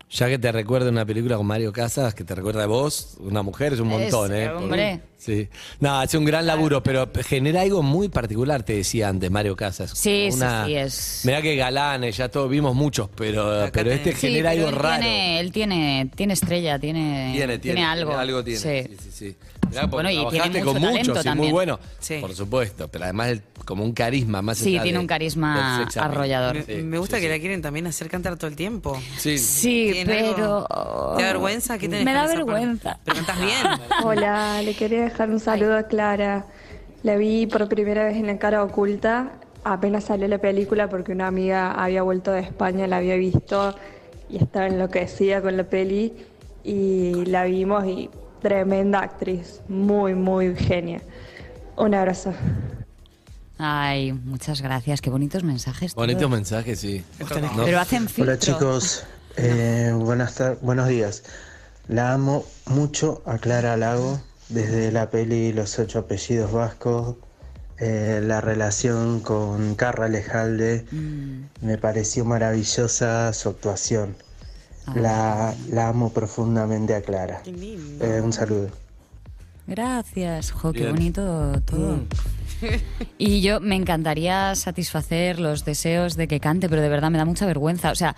Speaker 3: Ya que te recuerda una película con Mario Casas, que te recuerda a vos, una mujer es un
Speaker 5: Es,
Speaker 3: montón, ¿eh?
Speaker 5: hombre.
Speaker 3: Sí. No, hace un gran laburo, pero genera algo muy particular, te decía antes, Mario Casas.
Speaker 5: Sí, sí,
Speaker 3: Una-
Speaker 5: sí, es-
Speaker 3: Mirá que galanes, ya todos vimos muchos, pero, pero este
Speaker 5: Sí,
Speaker 3: genera
Speaker 5: pero
Speaker 3: algo
Speaker 5: él
Speaker 3: raro.
Speaker 5: Tiene, él tiene, tiene estrella, Eh, tiene,
Speaker 3: Tiene, tiene,
Speaker 5: algo.
Speaker 3: tiene.
Speaker 5: Sí.
Speaker 3: Sí, sí, sí. Mirá, porque
Speaker 5: Bueno, y tiene
Speaker 3: trabajaste
Speaker 5: mucho
Speaker 3: con
Speaker 5: talento
Speaker 3: muchos y muy
Speaker 5: también.
Speaker 3: bueno.
Speaker 4: Sí.
Speaker 3: Por supuesto, pero además el- como un carisma más
Speaker 5: Sí,
Speaker 3: allá
Speaker 5: tiene
Speaker 3: de-
Speaker 5: un carisma
Speaker 3: del sex appeal.
Speaker 5: arrollador.
Speaker 4: Me,
Speaker 3: Sí,
Speaker 4: me gusta
Speaker 3: sí,
Speaker 4: que
Speaker 3: sí.
Speaker 4: la quieren también hacer cantar todo el tiempo.
Speaker 3: Sí.
Speaker 5: Sí,
Speaker 4: ¿Tiene
Speaker 5: pero.
Speaker 4: algo? ¿Te da vergüenza? ¿Qué tenés
Speaker 5: Me da
Speaker 4: con esa parte?
Speaker 5: vergüenza.
Speaker 4: Pero cantás
Speaker 5: [LAUGHS]
Speaker 4: bien.
Speaker 12: Hola, le quería dejar un saludo a Clara. La vi por primera vez en la cara oculta. Apenas salió la película porque una amiga había vuelto de España, la había visto y estaba enloquecida con la peli. Y la vimos y tremenda actriz, muy, muy genia. Un abrazo.
Speaker 5: Ay, muchas gracias. Qué bonitos mensajes. tío.
Speaker 3: Bonitos mensajes, sí. No.
Speaker 5: Pero hacen filtro.
Speaker 6: Hola chicos, Eh, buenas tar- buenos días. La amo mucho a Clara Lago desde la peli Los ocho apellidos vascos, eh, la relación con Carra Alejalde,
Speaker 13: Mm.
Speaker 6: me pareció maravillosa su actuación.
Speaker 13: Ah.
Speaker 6: La, la amo profundamente a Clara. Eh, un saludo.
Speaker 5: Gracias, jo, qué
Speaker 3: Bien. Mm.
Speaker 5: bonito todo. Y yo me encantaría satisfacer los deseos de que cante, pero de verdad me da mucha vergüenza. O sea,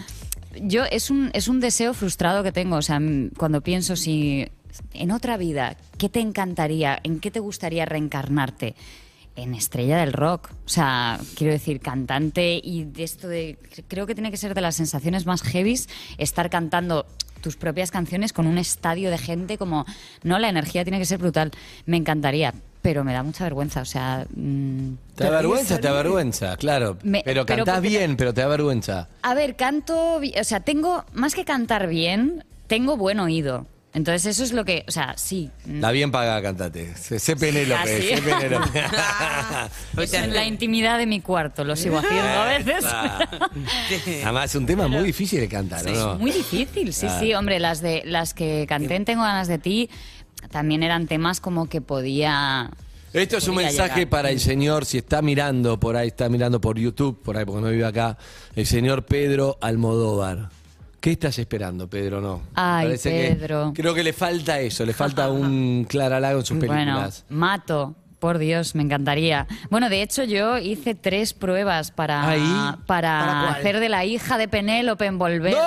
Speaker 5: yo es un, es un deseo frustrado que tengo. O sea, m- cuando pienso si en otra vida, ¿qué te encantaría? ¿En qué te gustaría reencarnarte? En estrella del rock. O sea, quiero decir, cantante y de esto de. Creo que tiene que ser de las sensaciones más heavies estar cantando tus propias canciones con un estadio de gente como. No, la energía tiene que ser brutal. Me encantaría. pero me da mucha vergüenza. O sea. mm,
Speaker 3: Te da vergüenza, te da vergüenza, claro.
Speaker 5: Me-
Speaker 3: pero
Speaker 5: pero
Speaker 3: cantás
Speaker 5: porque-
Speaker 3: bien, pero te da vergüenza.
Speaker 5: A ver, canto, bi- o sea, tengo, más que cantar bien, tengo buen oído. Entonces eso es lo que, o sea, sí. mm,
Speaker 3: La bien pagada, cantate. Sé, sé Penélope,
Speaker 5: [LAUGHS] Ah, sí.
Speaker 3: sé [LAUGHS] Penélope.
Speaker 5: eso en la intimidad de mi cuarto lo sigo haciendo [LAUGHS] a veces. [LAUGHS]
Speaker 3: Ah. Además, es un tema muy difícil de cantar,
Speaker 5: Es
Speaker 3: ¿no?
Speaker 5: muy difícil, sí,
Speaker 3: Claro.
Speaker 5: sí, hombre, las de las que canté en Tengo ganas de ti también eran temas como que podía
Speaker 3: Esto es un
Speaker 5: Podría
Speaker 3: mensaje
Speaker 5: llegar.
Speaker 3: para el señor, si está mirando por ahí, está mirando por YouTube, por ahí porque no vive acá, el señor Pedro Almodóvar. ¿Qué estás esperando, Pedro? No.
Speaker 5: Ay,
Speaker 3: que-
Speaker 5: Pedro.
Speaker 3: creo que le falta eso, le falta
Speaker 5: [LAUGHS]
Speaker 3: un Clara Lago en sus
Speaker 5: Bueno,
Speaker 3: películas.
Speaker 5: mato. Por Dios, me encantaría. Bueno, de hecho, yo hice tres pruebas para,
Speaker 3: Ahí.
Speaker 5: para,
Speaker 3: ¿Para cuál?
Speaker 5: hacer de la hija de Penélope en volver.
Speaker 3: ¡No!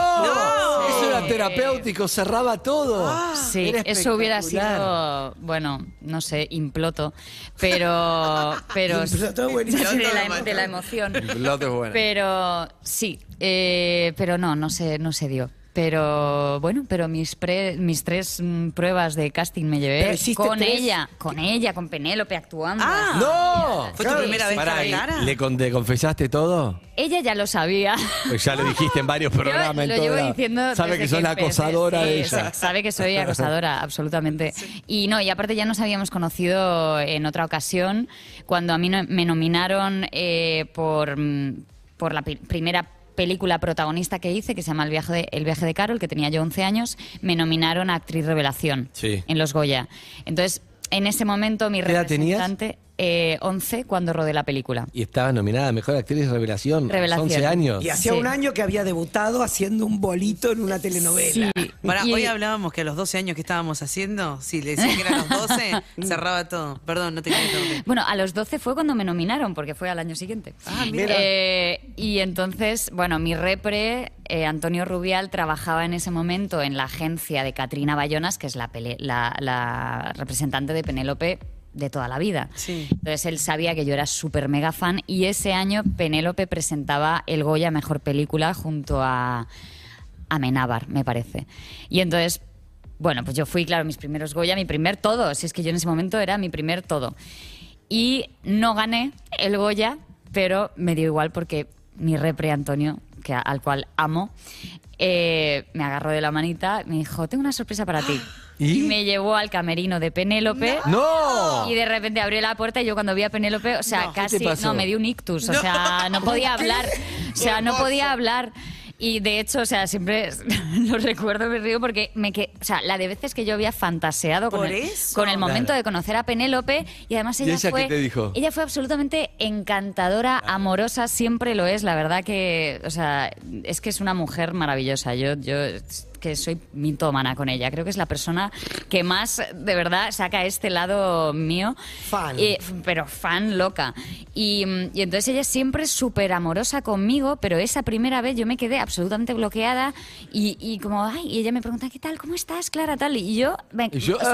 Speaker 3: Eso era terapéutico, cerraba todo.
Speaker 5: Sí,
Speaker 3: Era
Speaker 5: eso hubiera
Speaker 3: espectacular.
Speaker 5: sido, bueno, no sé, imploto, pero... pero
Speaker 6: Imploto [LAUGHS] es buenísimo.
Speaker 5: de,
Speaker 13: em-,
Speaker 5: la, de la emoción.
Speaker 3: Imploto es bueno.
Speaker 5: Pero sí, eh, pero no, no se, no se dio. Pero bueno, pero mis, pre- mis tres mm, pruebas de casting me
Speaker 4: Pero
Speaker 5: llevé
Speaker 4: hiciste
Speaker 5: con
Speaker 4: tres.
Speaker 5: ella, con ella, con Penélope actuando.
Speaker 3: Ah. ¡No!
Speaker 5: ¿Fue tu primera vez
Speaker 3: Pará,
Speaker 5: cara a
Speaker 3: ¿y
Speaker 5: cara?
Speaker 3: ¿Le, con- te confesaste todo?
Speaker 5: Ella ya lo sabía.
Speaker 3: Pues ya lo dijiste en varios programas. en todo
Speaker 5: Yo lo llevo
Speaker 3: lado.
Speaker 5: diciendo
Speaker 3: Sabe
Speaker 5: desde
Speaker 3: que sos la
Speaker 5: empecé.
Speaker 3: acosadora
Speaker 5: Sí,
Speaker 3: de
Speaker 5: sí,
Speaker 3: ella.
Speaker 5: Sabe que
Speaker 3: [LAUGHS]
Speaker 5: soy acosadora, absolutamente. Y no, y aparte ya nos habíamos conocido en otra ocasión cuando a mí no- me nominaron eh, por, mm, por la pi- primera película protagonista que hice, que se llama El viaje, de, El viaje de Carol, que tenía yo 11 años, me nominaron a actriz revelación
Speaker 3: Sí.
Speaker 5: en Los Goya. Entonces, en ese momento mi
Speaker 3: ¿Qué edad tenías?
Speaker 5: representante, eh, 11, cuando rodé la película.
Speaker 3: Y estaba nominada a Mejor Actriz Revelación. a los
Speaker 5: Revelación.
Speaker 3: 11 años.
Speaker 5: Y
Speaker 13: Hacía
Speaker 5: Sí.
Speaker 13: un año que había debutado haciendo un bolito en una telenovela.
Speaker 4: [LAUGHS] Pará,
Speaker 13: Y-
Speaker 4: hoy hablábamos que a los 12 años que estábamos haciendo, si le decían que eran los
Speaker 5: [LAUGHS]
Speaker 4: 12, cerraba todo. Perdón, no te quería interrumpir.
Speaker 5: Bueno, a los 12 fue cuando me nominaron, porque fue al año siguiente.
Speaker 4: Ah, mira.
Speaker 5: Eh, y entonces, bueno, mi repre, eh, Antonio Rubial, trabajaba en ese momento en la agencia de Catrina Bayonas, que es la, pele- la- la representante de Penélope de toda la vida. Entonces él sabía que yo era súper mega fan y ese año Penélope presentaba el Goya Mejor Película junto a Amenábar, me parece. Y entonces, bueno, pues yo fui, claro, mis primeros Goya, mi primer todo. Si es que yo en ese momento era mi primer todo. Y no gané el Goya, pero me dio igual porque mi repre Antonio, que a- al cual amo, eh, me agarró de la manita, me dijo, tengo una sorpresa para ti.
Speaker 3: ¿Y?
Speaker 5: me llevó al camerino de Penélope.
Speaker 3: ¡No!
Speaker 5: Y de repente abrió la puerta y yo cuando vi a Penélope, o sea,
Speaker 3: No. ¿Qué
Speaker 5: casi
Speaker 3: te pasó?
Speaker 5: no me dio un ictus, o
Speaker 3: No.
Speaker 5: sea,
Speaker 3: [LAUGHS]
Speaker 5: no podía
Speaker 3: ¿Por qué?
Speaker 5: hablar, o sea, no podía hablar. Y de hecho, o sea, siempre [LAUGHS] lo recuerdo, me río porque me que, o sea, la de veces que yo había fantaseado con,
Speaker 4: Por
Speaker 5: el,
Speaker 4: eso.
Speaker 5: con el momento
Speaker 4: Claro.
Speaker 5: de conocer a Penélope y además
Speaker 3: ¿Y
Speaker 5: ella,
Speaker 3: ella qué
Speaker 5: fue
Speaker 3: te dijo?
Speaker 5: ella fue absolutamente encantadora, amorosa, siempre lo es. La verdad que, o sea, es que es una mujer maravillosa. Yo, yo es que soy mitómana con ella. Creo que es la persona que más, de verdad, saca este lado mío. Fan. pero fan loca. Y, mm, y entonces ella siempre es súper amorosa conmigo, pero esa primera vez yo me quedé absolutamente bloqueada y, y como, ay, y ella me pregunta, ¿qué tal? ¿Cómo estás, Clara? Tal. Y yo, me-
Speaker 3: Y yo, "Ah".
Speaker 5: o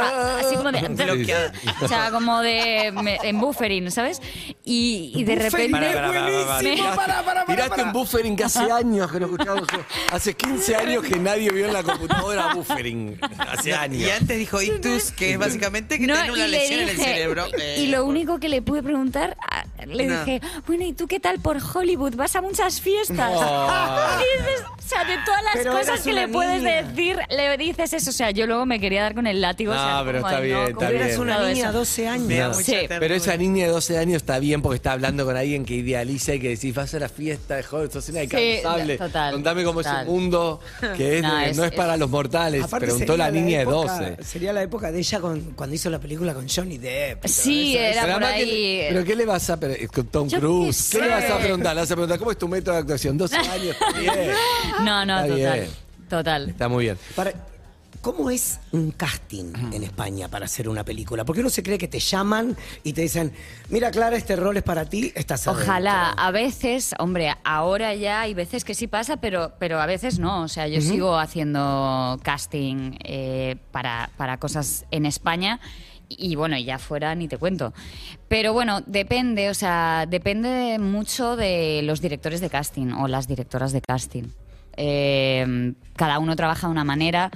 Speaker 5: sea, así como de-
Speaker 3: Bloqueada.
Speaker 5: o sea, como de me- en buffering, ¿sabes? Y, y de repente.
Speaker 3: Pará, pará, pará, pará, pará. Tiraste un buffering que hace años que no escuchábamos. Hace 15 años que nadie vio en la computadora buffering. Hace años.
Speaker 4: Y antes dijo ictus, que es básicamente que
Speaker 5: No,
Speaker 4: tiene una
Speaker 5: y le
Speaker 4: lesión en el
Speaker 5: dije-
Speaker 4: cerebro. Eh,
Speaker 5: Y
Speaker 3: eh,
Speaker 5: lo único que le pude preguntar, a- le
Speaker 4: No.
Speaker 5: dije, bueno, ¿y tú qué tal por Hollywood? ¿Vas a muchas fiestas?
Speaker 4: Oh.
Speaker 5: [LAUGHS] Y dices, o sea, de todas las
Speaker 13: Pero
Speaker 5: cosas
Speaker 13: eras
Speaker 5: que
Speaker 13: una
Speaker 5: le puedes
Speaker 13: niña.
Speaker 5: decir, le dices eso. O sea, yo luego me quería dar con el látigo. o sea,
Speaker 3: No, Ah, pero
Speaker 5: como
Speaker 3: está
Speaker 5: de,
Speaker 3: bien, está
Speaker 5: ¿cómo
Speaker 3: bien.
Speaker 5: eras todo eso?
Speaker 3: No.
Speaker 5: Sí.
Speaker 3: Pero esa niña de 12 años está bien porque está hablando con alguien que idealiza y que decís, vas a la fiesta de joven, sos una incansable.
Speaker 5: no, total,
Speaker 3: Contame cómo
Speaker 5: total.
Speaker 3: es un mundo que es-
Speaker 5: [LAUGHS] No,
Speaker 3: no es,
Speaker 5: es- es-
Speaker 3: para los mortales.
Speaker 13: Aparte
Speaker 3: Preguntó
Speaker 13: sería
Speaker 3: la niña
Speaker 13: época-
Speaker 3: de 12.
Speaker 13: Sería la época de ella con- cuando hizo la película con Johnny Depp. y todo
Speaker 5: Sí,
Speaker 13: eso.
Speaker 5: era
Speaker 3: Pero
Speaker 5: por
Speaker 3: además que le-
Speaker 5: ahí.
Speaker 3: ¿Pero qué le vas a pre- con Tom Cruise? ¿Qué,
Speaker 5: sé.
Speaker 3: le vas a preguntar? Le vas a preguntar, ¿cómo es tu método de actuación?
Speaker 5: [LAUGHS]
Speaker 3: 12 años. está bien.
Speaker 5: No, no,
Speaker 3: Está
Speaker 5: total.
Speaker 3: bien.
Speaker 5: Total.
Speaker 3: Está muy bien.
Speaker 13: Para- ¿Cómo es un casting en España para hacer una película? Porque uno se cree que te llaman y te dicen, mira Clara, este rol es para ti, estás
Speaker 5: Ojalá, a veces, hombre, ahora ya hay veces que sí pasa, pero, pero a veces no. O sea, yo
Speaker 13: Ujú.
Speaker 5: sigo haciendo casting eh, para, para cosas en España y bueno, y ya fuera ni te cuento. Pero bueno, depende, o sea, depende mucho de los directores de Em, casting o las directoras de casting. Eh, cada uno trabaja de una manera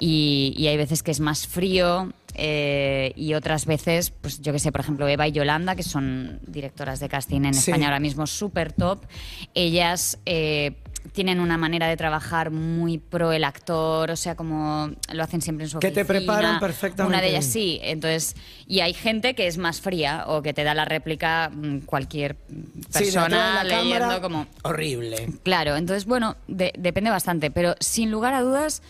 Speaker 5: y, y hay veces que es más frío eh, y otras veces, pues yo que sé, por ejemplo, Eva y Yolanda, que son directoras de casting en
Speaker 14: Sí.
Speaker 5: España ahora mismo súper top, ellas... eh, tienen una manera de trabajar muy pro el actor, o sea, como lo hacen siempre en su
Speaker 13: Que te
Speaker 5: oficina.
Speaker 13: preparan perfectamente.
Speaker 5: Una de ellas sí, entonces, y hay gente que es más fría o que te da la réplica mm, cualquier persona leyendo como...
Speaker 13: Horrible.
Speaker 5: Claro, entonces, bueno, de- depende bastante, pero sin lugar a dudas,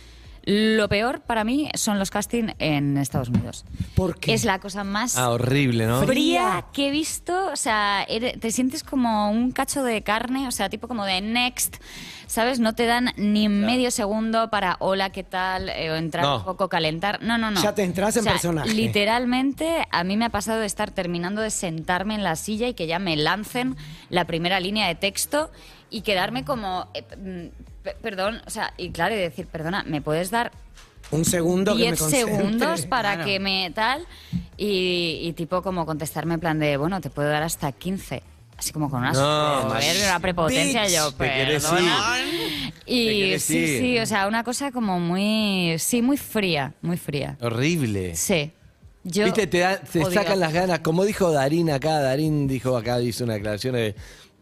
Speaker 5: lo peor para mí son los castings en Estados Unidos.
Speaker 13: ¿Por
Speaker 5: Es la cosa más
Speaker 3: Ah, horrible, ¿no?
Speaker 5: fría que he visto. O sea, ere- te sientes como un cacho de carne, o sea, tipo como de next. ¿Sabes? No te dan ni medio segundo para hola, ¿qué tal? Eh, o entrar
Speaker 13: No.
Speaker 5: un poco, calentar. No, no, no.
Speaker 13: Ya te entras en
Speaker 5: O sea,
Speaker 13: personaje.
Speaker 5: Literalmente, a mí me ha pasado de estar terminando de sentarme en la silla y que ya me lancen la primera línea de texto y quedarme como. eh, mm, pe- Perdón, o sea, y claro, y decir, perdona, ¿me puedes dar
Speaker 13: Un segundo que me
Speaker 5: 10
Speaker 13: concentre.
Speaker 3: [LAUGHS]
Speaker 5: segundos para
Speaker 13: Claro.
Speaker 5: que me tal y, y tipo como contestarme en plan de, bueno, te puedo dar hasta 15. Así como con una,
Speaker 3: No,
Speaker 5: soberbia, una prepotencia
Speaker 3: bitch.
Speaker 5: yo,
Speaker 3: Te querés
Speaker 5: perdona.
Speaker 3: Te
Speaker 5: Y
Speaker 3: querés
Speaker 5: sí,
Speaker 3: ir.
Speaker 5: sí, o sea, una cosa como muy, sí, muy fría, muy fría.
Speaker 3: Horrible.
Speaker 5: Sí. Yo
Speaker 3: Viste, te, da- te
Speaker 5: odio.
Speaker 3: sacan las ganas. Como dijo Darín acá, Darín dijo acá, hizo una declaración de.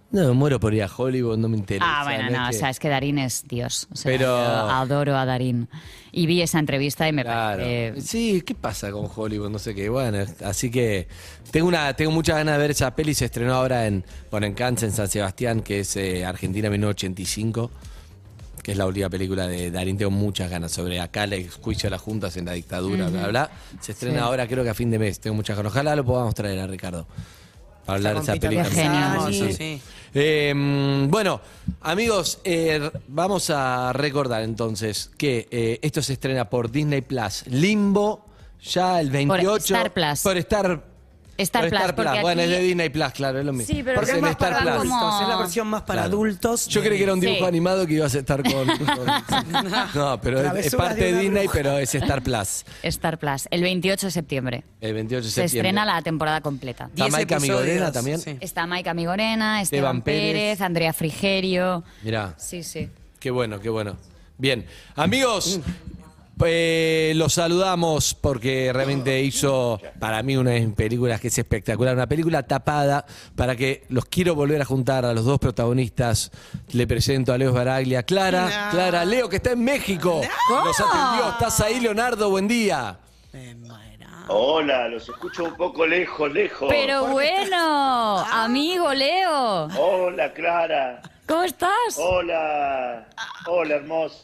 Speaker 3: No, me muero por ir a Hollywood, no me interesa.
Speaker 5: Ah, bueno,
Speaker 3: es
Speaker 5: no, o
Speaker 3: que-
Speaker 5: sea, es que Darín es Dios. O sea,
Speaker 3: Pero-
Speaker 5: yo adoro a Darín. Y vi esa entrevista y me
Speaker 3: Claro.
Speaker 5: parece
Speaker 3: Sí, ¿qué pasa con Hollywood? No sé qué. Bueno, así que tengo una tengo muchas ganas de ver esa peli. Se estrenó ahora en, bueno, en Cannes, en San Sebastián, que es eh, Argentina 1985, que es la última película de Darín. Tengo muchas ganas sobre acá el juicio a las juntas en la dictadura,
Speaker 5: Ujú.
Speaker 3: bla, bla. Se estrena
Speaker 5: Sí.
Speaker 3: ahora, creo que a fin de mes. Tengo muchas ganas. Ojalá lo podamos traer a Ricardo. Para hablar de esa
Speaker 4: Está con
Speaker 3: película.
Speaker 4: Peter Bersani,
Speaker 3: Sí.
Speaker 4: sí.
Speaker 3: Eh, mm, bueno, amigos, eh, vamos a recordar entonces que eh, esto se estrena por Disney Plus Limbo ya el 28.
Speaker 5: Star Plus.
Speaker 3: Por Star, por
Speaker 5: Star Plus, porque
Speaker 3: Bueno,
Speaker 5: aquí-
Speaker 3: es de Disney Plus, claro, es lo mismo.
Speaker 5: Sí, pero
Speaker 3: Porque
Speaker 5: es más
Speaker 3: Star
Speaker 5: para
Speaker 3: Plus.
Speaker 5: como- Es la
Speaker 13: versión más para
Speaker 3: adultos. Yo creí que era un dibujo
Speaker 5: Sí.
Speaker 3: animado que ibas a estar
Speaker 5: [LAUGHS]
Speaker 3: con. con- no, pero es- es,
Speaker 5: Travesuras
Speaker 3: parte
Speaker 5: de
Speaker 3: de
Speaker 5: una
Speaker 3: Disney,
Speaker 5: bruja.
Speaker 3: pero es Star Plus.
Speaker 5: Star Plus, el 28 de septiembre.
Speaker 3: El 28 de
Speaker 5: Se
Speaker 3: septiembre.
Speaker 5: estrena la temporada completa.
Speaker 3: ¿Está Maika Migorena también?
Speaker 5: Está Maika Migorena,
Speaker 3: Esteban
Speaker 5: Esteban Pérez,
Speaker 3: Pérez,
Speaker 5: Andrea Frigerio.
Speaker 3: Mirá.
Speaker 5: Sí, sí.
Speaker 3: Qué bueno, qué bueno. Bien, amigos, eh, los saludamos porque realmente hizo para mí una de mis películas que es espectacular, una película tapada para que los quiero volver a juntar a los dos protagonistas. Le presento a Leo Baraglia, Clara, Clara, Leo que está en México. Nos atendió, estás ahí Leonardo, buen día.
Speaker 9: Hola, los escucho un poco lejos, lejos.
Speaker 5: Pero bueno, [LAUGHS] amigo Leo,
Speaker 9: Hola, Clara.
Speaker 5: ¿cómo estás?
Speaker 9: Hola. Hola, hermosa.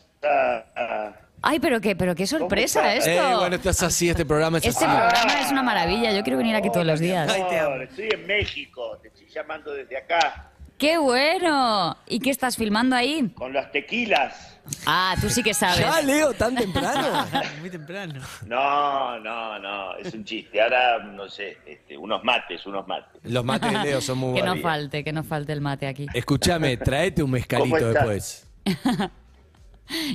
Speaker 5: Ay, pero qué, pero qué sorpresa esto.
Speaker 3: Eh, bueno, estás así, este programa es
Speaker 5: este
Speaker 3: así.
Speaker 5: programa es una maravilla, yo quiero venir aquí todos los días.
Speaker 9: Amor, estoy en México, te estoy llamando desde acá,
Speaker 5: ¡Qué bueno! ¿Y qué estás filmando ahí?
Speaker 9: con las tequilas.
Speaker 5: Ah, tú sí que sabes.
Speaker 9: Ya,
Speaker 3: Leo, tan temprano.
Speaker 4: Muy temprano.
Speaker 9: No, no, no, es un chiste. Ahora, no sé, este, unos mates, unos mates.
Speaker 3: Los mates de Leo son muy
Speaker 5: que no
Speaker 3: buenos.
Speaker 5: falte, que no falte el mate aquí.
Speaker 3: Escúchame, traete un
Speaker 9: ¿Cómo
Speaker 3: mezcalito
Speaker 9: estás?
Speaker 3: después.
Speaker 9: [LAUGHS]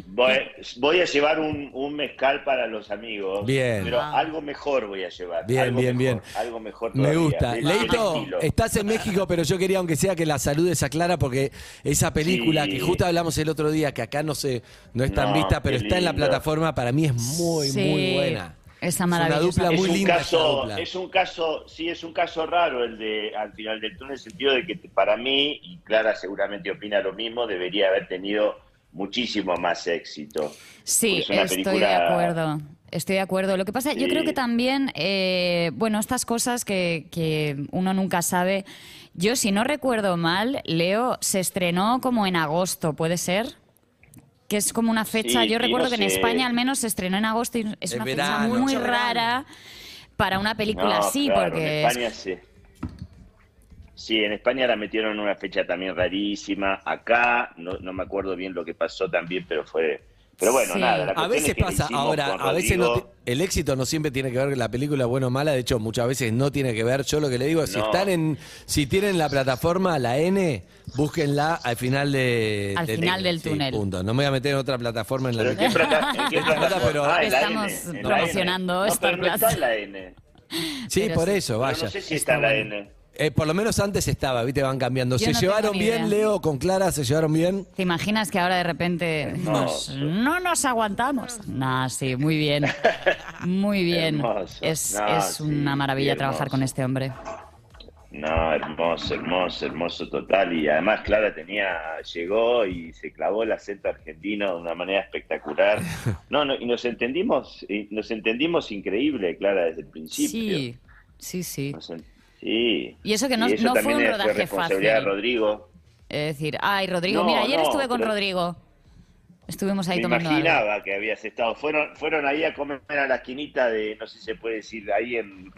Speaker 9: Voy, voy a llevar un, un mezcal para los amigos.
Speaker 3: Bien.
Speaker 9: Pero
Speaker 3: Ah.
Speaker 9: algo mejor voy a llevar.
Speaker 3: Bien,
Speaker 9: algo
Speaker 3: bien,
Speaker 9: mejor,
Speaker 3: bien.
Speaker 9: Algo mejor
Speaker 3: Me
Speaker 9: todavía,
Speaker 3: gusta.
Speaker 9: de- de
Speaker 3: Leito,
Speaker 9: estilo.
Speaker 3: estás en México, pero yo quería, aunque sea, que la saludes a Clara, porque esa película
Speaker 9: Sí.
Speaker 3: que justo hablamos el otro día, que acá no se, no es tan
Speaker 9: No,
Speaker 3: vista, pero
Speaker 9: qué
Speaker 3: está en la
Speaker 9: lindo.
Speaker 3: plataforma, para mí es muy,
Speaker 5: Sí,
Speaker 3: muy buena.
Speaker 5: Esa maravillosa.
Speaker 3: Es una dupla muy
Speaker 9: un
Speaker 3: linda. esa
Speaker 9: Caso,
Speaker 3: dupla.
Speaker 9: es un caso, sí, es un caso raro el de al final del túnel, en el sentido de que para mí, y Clara seguramente opina lo mismo, debería haber tenido muchísimo más éxito.
Speaker 5: Sí,
Speaker 9: Es una
Speaker 5: estoy de
Speaker 9: película-
Speaker 5: acuerdo. Estoy de acuerdo. Lo que pasa, yo creo
Speaker 9: Sí.
Speaker 5: que también, eh, bueno, estas cosas que, que uno nunca sabe. Yo, si no recuerdo mal, Leo se estrenó como en agosto, ¿puede ser? Que es como una fecha,
Speaker 14: Sí,
Speaker 5: yo
Speaker 14: y
Speaker 5: recuerdo
Speaker 14: no
Speaker 5: que en
Speaker 14: sé.
Speaker 5: España al menos se estrenó en agosto y es
Speaker 14: En
Speaker 5: una
Speaker 14: verano.
Speaker 5: fecha muy
Speaker 14: Mucho verano.
Speaker 5: rara para una película
Speaker 9: No,
Speaker 5: así,
Speaker 9: claro,
Speaker 5: porque...
Speaker 9: En
Speaker 5: es-
Speaker 9: España sí. Sí, en España la metieron en una fecha también rarísima. Acá, no, no me acuerdo bien lo que pasó también, pero fue. Pero bueno,
Speaker 3: Sí.
Speaker 9: nada. la
Speaker 3: a
Speaker 9: cuestión es
Speaker 3: veces
Speaker 9: que la
Speaker 3: pasa,
Speaker 9: hicimos
Speaker 3: ahora,
Speaker 9: con
Speaker 3: a veces no
Speaker 9: Rodrigo.
Speaker 3: ti- el éxito no siempre tiene que ver con la película buena o mala, de hecho, muchas veces no tiene que ver. Yo lo que le digo, es si
Speaker 9: No.
Speaker 3: están en, si tienen la plataforma, la N, búsquenla al final de
Speaker 5: Al final del
Speaker 3: sí,
Speaker 5: túnel.
Speaker 3: punto. No me voy a meter en otra plataforma en la
Speaker 9: ¿Pero en
Speaker 3: que-
Speaker 9: qué plata- en qué
Speaker 3: [LAUGHS]
Speaker 9: plataforma?
Speaker 3: pero-
Speaker 9: Ah, en la
Speaker 5: Estamos
Speaker 9: N, en la
Speaker 5: promocionando
Speaker 9: N. No,
Speaker 5: Star
Speaker 9: pero no
Speaker 5: Plus.
Speaker 9: está en la N.
Speaker 3: Sí,
Speaker 5: Pero
Speaker 3: por
Speaker 5: sí.
Speaker 3: eso,
Speaker 9: Pero
Speaker 3: vaya.
Speaker 9: no sé si está en la N.
Speaker 3: Eh, por lo menos antes estaba, viste, van cambiando.
Speaker 5: Yo
Speaker 3: ¿Se
Speaker 5: no
Speaker 3: llevaron
Speaker 5: tengo ni
Speaker 3: bien,
Speaker 5: idea.
Speaker 3: Leo, con Clara? ¿Se llevaron bien?
Speaker 5: ¿Te imaginas que ahora de repente
Speaker 3: Hermoso.
Speaker 5: nos- no nos aguantamos? Nah, sí, muy bien.
Speaker 9: [LAUGHS]
Speaker 5: Muy bien. Es,
Speaker 9: Nah,
Speaker 5: es una
Speaker 9: sí,
Speaker 5: maravilla
Speaker 9: hermoso.
Speaker 5: trabajar con este hombre.
Speaker 9: No, hermoso, hermoso, hermoso total. Y además Clara tenía, llegó y se clavó el acento argentino de una manera espectacular. No, no, y nos entendimos, y nos entendimos increíble, Clara, desde el principio.
Speaker 5: Sí, sí, sí.
Speaker 9: Nos en- sí.
Speaker 5: Y eso que no- no fue
Speaker 9: también
Speaker 5: un
Speaker 9: es-
Speaker 5: rodaje
Speaker 9: responsabilidad
Speaker 5: fácil.
Speaker 9: de Rodrigo.
Speaker 5: Es decir, ay, Rodrigo,
Speaker 9: No,
Speaker 5: mira, ayer
Speaker 9: no,
Speaker 5: estuve con
Speaker 9: pero-
Speaker 5: Rodrigo. Estuvimos ahí
Speaker 9: Me
Speaker 5: tomando algo.
Speaker 9: imaginaba que habías estado. Fueron, fueron ahí a comer a la esquinita de, no sé si se puede decir, ahí en,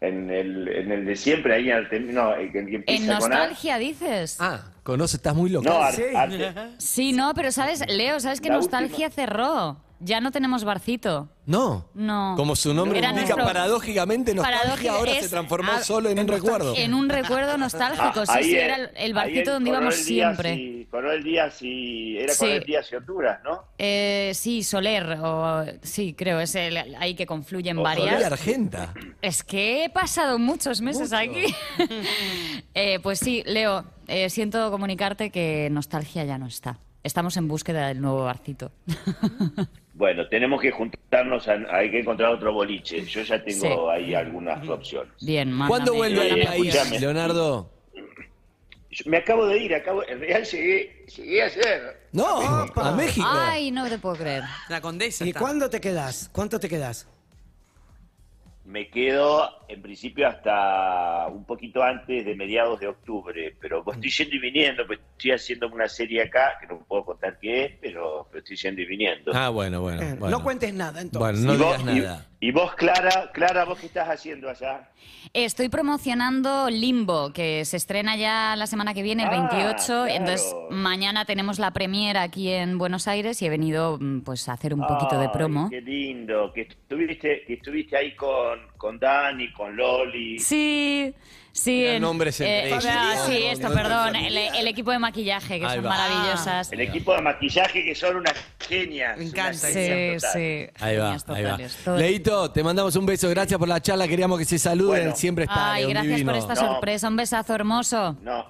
Speaker 9: en, el, en el de siempre, ahí en el, no, el que
Speaker 5: En
Speaker 9: empieza con A.
Speaker 5: nostalgia dices. Ah.
Speaker 3: Conoce, estás muy loco.
Speaker 9: No, ar- Sí. arte.
Speaker 5: Sí, no, pero sabes, Leo, sabes que
Speaker 3: La
Speaker 5: nostalgia cerró. Ya no tenemos barcito.
Speaker 3: No.
Speaker 5: No.
Speaker 3: Como su nombre
Speaker 5: Era
Speaker 3: indica,
Speaker 5: nuestro-
Speaker 3: paradójicamente nostalgia
Speaker 5: Paradójico,
Speaker 3: ahora se
Speaker 5: es-
Speaker 3: transformó
Speaker 5: ah,
Speaker 3: solo en un recuerdo.
Speaker 5: En un recuerdo nostálgico,
Speaker 9: Ah,
Speaker 5: sí,
Speaker 9: ahí
Speaker 5: sí,
Speaker 9: es-
Speaker 5: era el- el
Speaker 9: ahí
Speaker 5: barcito
Speaker 9: en
Speaker 5: donde íbamos
Speaker 9: Coronel Díaz
Speaker 5: siempre.
Speaker 9: y- Coronel Díaz y era
Speaker 5: Sí.
Speaker 9: Coronel Díaz y Honduras, ¿no?
Speaker 5: Eh, sí, Soler, o sí, creo, es el, ahí que confluyen
Speaker 3: O
Speaker 5: varias.
Speaker 3: Soledad Argenta.
Speaker 5: Es que he pasado muchos meses aquí. [LAUGHS] Eh, pues sí, Leo, eh, siento comunicarte que nostalgia ya no está. Estamos en búsqueda del nuevo barcito. [LAUGHS]
Speaker 9: Bueno, tenemos que juntarnos, a- hay que encontrar otro boliche. Yo ya tengo
Speaker 5: Sí.
Speaker 9: ahí algunas opciones.
Speaker 5: Bien, mándame.
Speaker 3: ¿Cuándo vuelve
Speaker 9: Eh,
Speaker 3: al país,
Speaker 9: escúchame.
Speaker 3: Leonardo?
Speaker 9: Yo me acabo de ir, acabo, en real llegué, llegué ayer.
Speaker 3: No, a México.
Speaker 5: Ay, no te puedo creer.
Speaker 4: La condesa.
Speaker 13: ¿Y
Speaker 4: está.
Speaker 13: cuándo te quedas? ¿Cuánto te quedas?
Speaker 9: Me quedo en principio hasta un poquito antes de mediados de octubre, pero estoy
Speaker 3: Mm.
Speaker 9: yendo y viniendo, pues estoy haciendo una serie acá, que no puedo contar qué es, pero pero estoy yendo y viniendo.
Speaker 3: Ah, bueno, bueno. bueno.
Speaker 13: Eh, No cuentes nada, entonces.
Speaker 3: Bueno, no
Speaker 9: ¿Y vos?
Speaker 3: digas nada.
Speaker 9: Y vos, Clara, Clara, vos qué estás haciendo allá?
Speaker 5: Estoy promocionando Limbo, que se estrena ya la semana que
Speaker 9: Ah,
Speaker 5: viene, el 28. Entonces, mañana tenemos la premiera aquí en Buenos Aires y he venido mm, pues, a hacer un poquito de
Speaker 9: Ay,
Speaker 5: promo.
Speaker 9: Qué lindo, que estuviste, que estuviste ahí con, con Dani, con Loli.
Speaker 5: Sí, sí.
Speaker 9: Eran
Speaker 5: en-
Speaker 9: nombres entre ellos.
Speaker 5: ah, sí,
Speaker 9: Familiar,
Speaker 5: esto,
Speaker 9: ¿no?
Speaker 5: perdón. El,
Speaker 9: Familiar.
Speaker 5: el equipo de maquillaje, que
Speaker 9: Ahí
Speaker 5: son
Speaker 9: va.
Speaker 5: maravillosas.
Speaker 9: El equipo de maquillaje que son unas genias. Me encanta.
Speaker 5: Sí, sí.
Speaker 3: Ahí va,
Speaker 5: genias
Speaker 3: ahí va.
Speaker 5: totales, todo el
Speaker 3: Leito, te mandamos un beso. Gracias por la charla. Queríamos que se saluden. Siempre está.
Speaker 5: Ay,
Speaker 3: Leo, un
Speaker 5: gracias
Speaker 3: divino.
Speaker 5: por esta sorpresa. Un besazo hermoso.
Speaker 9: No,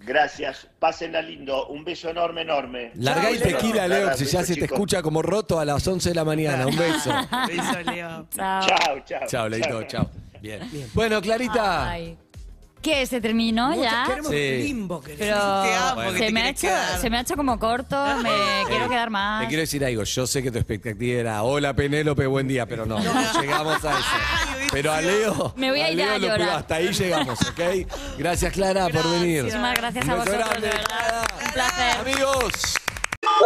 Speaker 9: gracias. Pásenla lindo. Un beso enorme, enorme.
Speaker 3: Largá el tequila, Leo, si ya se te escucha como roto a las 11 de la mañana. Un
Speaker 5: [LAUGHS]
Speaker 3: beso.
Speaker 9: Beso,
Speaker 4: Leo.
Speaker 5: Chao.
Speaker 9: Chao, chao.
Speaker 3: Chao, Leito, chao. Bien. Bueno, Clarita.
Speaker 5: Ay. ¿Qué? ¿Se terminó ya?
Speaker 3: queremos Sí. limbo,
Speaker 5: Pero
Speaker 3: [LAUGHS]
Speaker 5: se, me ha hecho, se me ha hecho como corto, me quiero quedar
Speaker 3: Te
Speaker 5: más.
Speaker 3: Eh, quiero decir algo, yo sé que tu expectativa era hola Penélope, buen día, pero no, [LAUGHS] no llegamos a eso. Pero a Leo,
Speaker 5: Me voy a ir
Speaker 3: Leo
Speaker 5: a
Speaker 3: lo
Speaker 5: llorar.
Speaker 3: pudo- hasta ahí llegamos, ¿ok? Gracias Clara por venir.
Speaker 5: Muchísimas gracias
Speaker 3: Un
Speaker 5: a
Speaker 3: beso
Speaker 5: vosotros, de
Speaker 3: grande.
Speaker 5: verdad. Un placer.
Speaker 3: Amigos.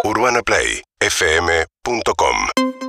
Speaker 14: UrbanaPlayFM.com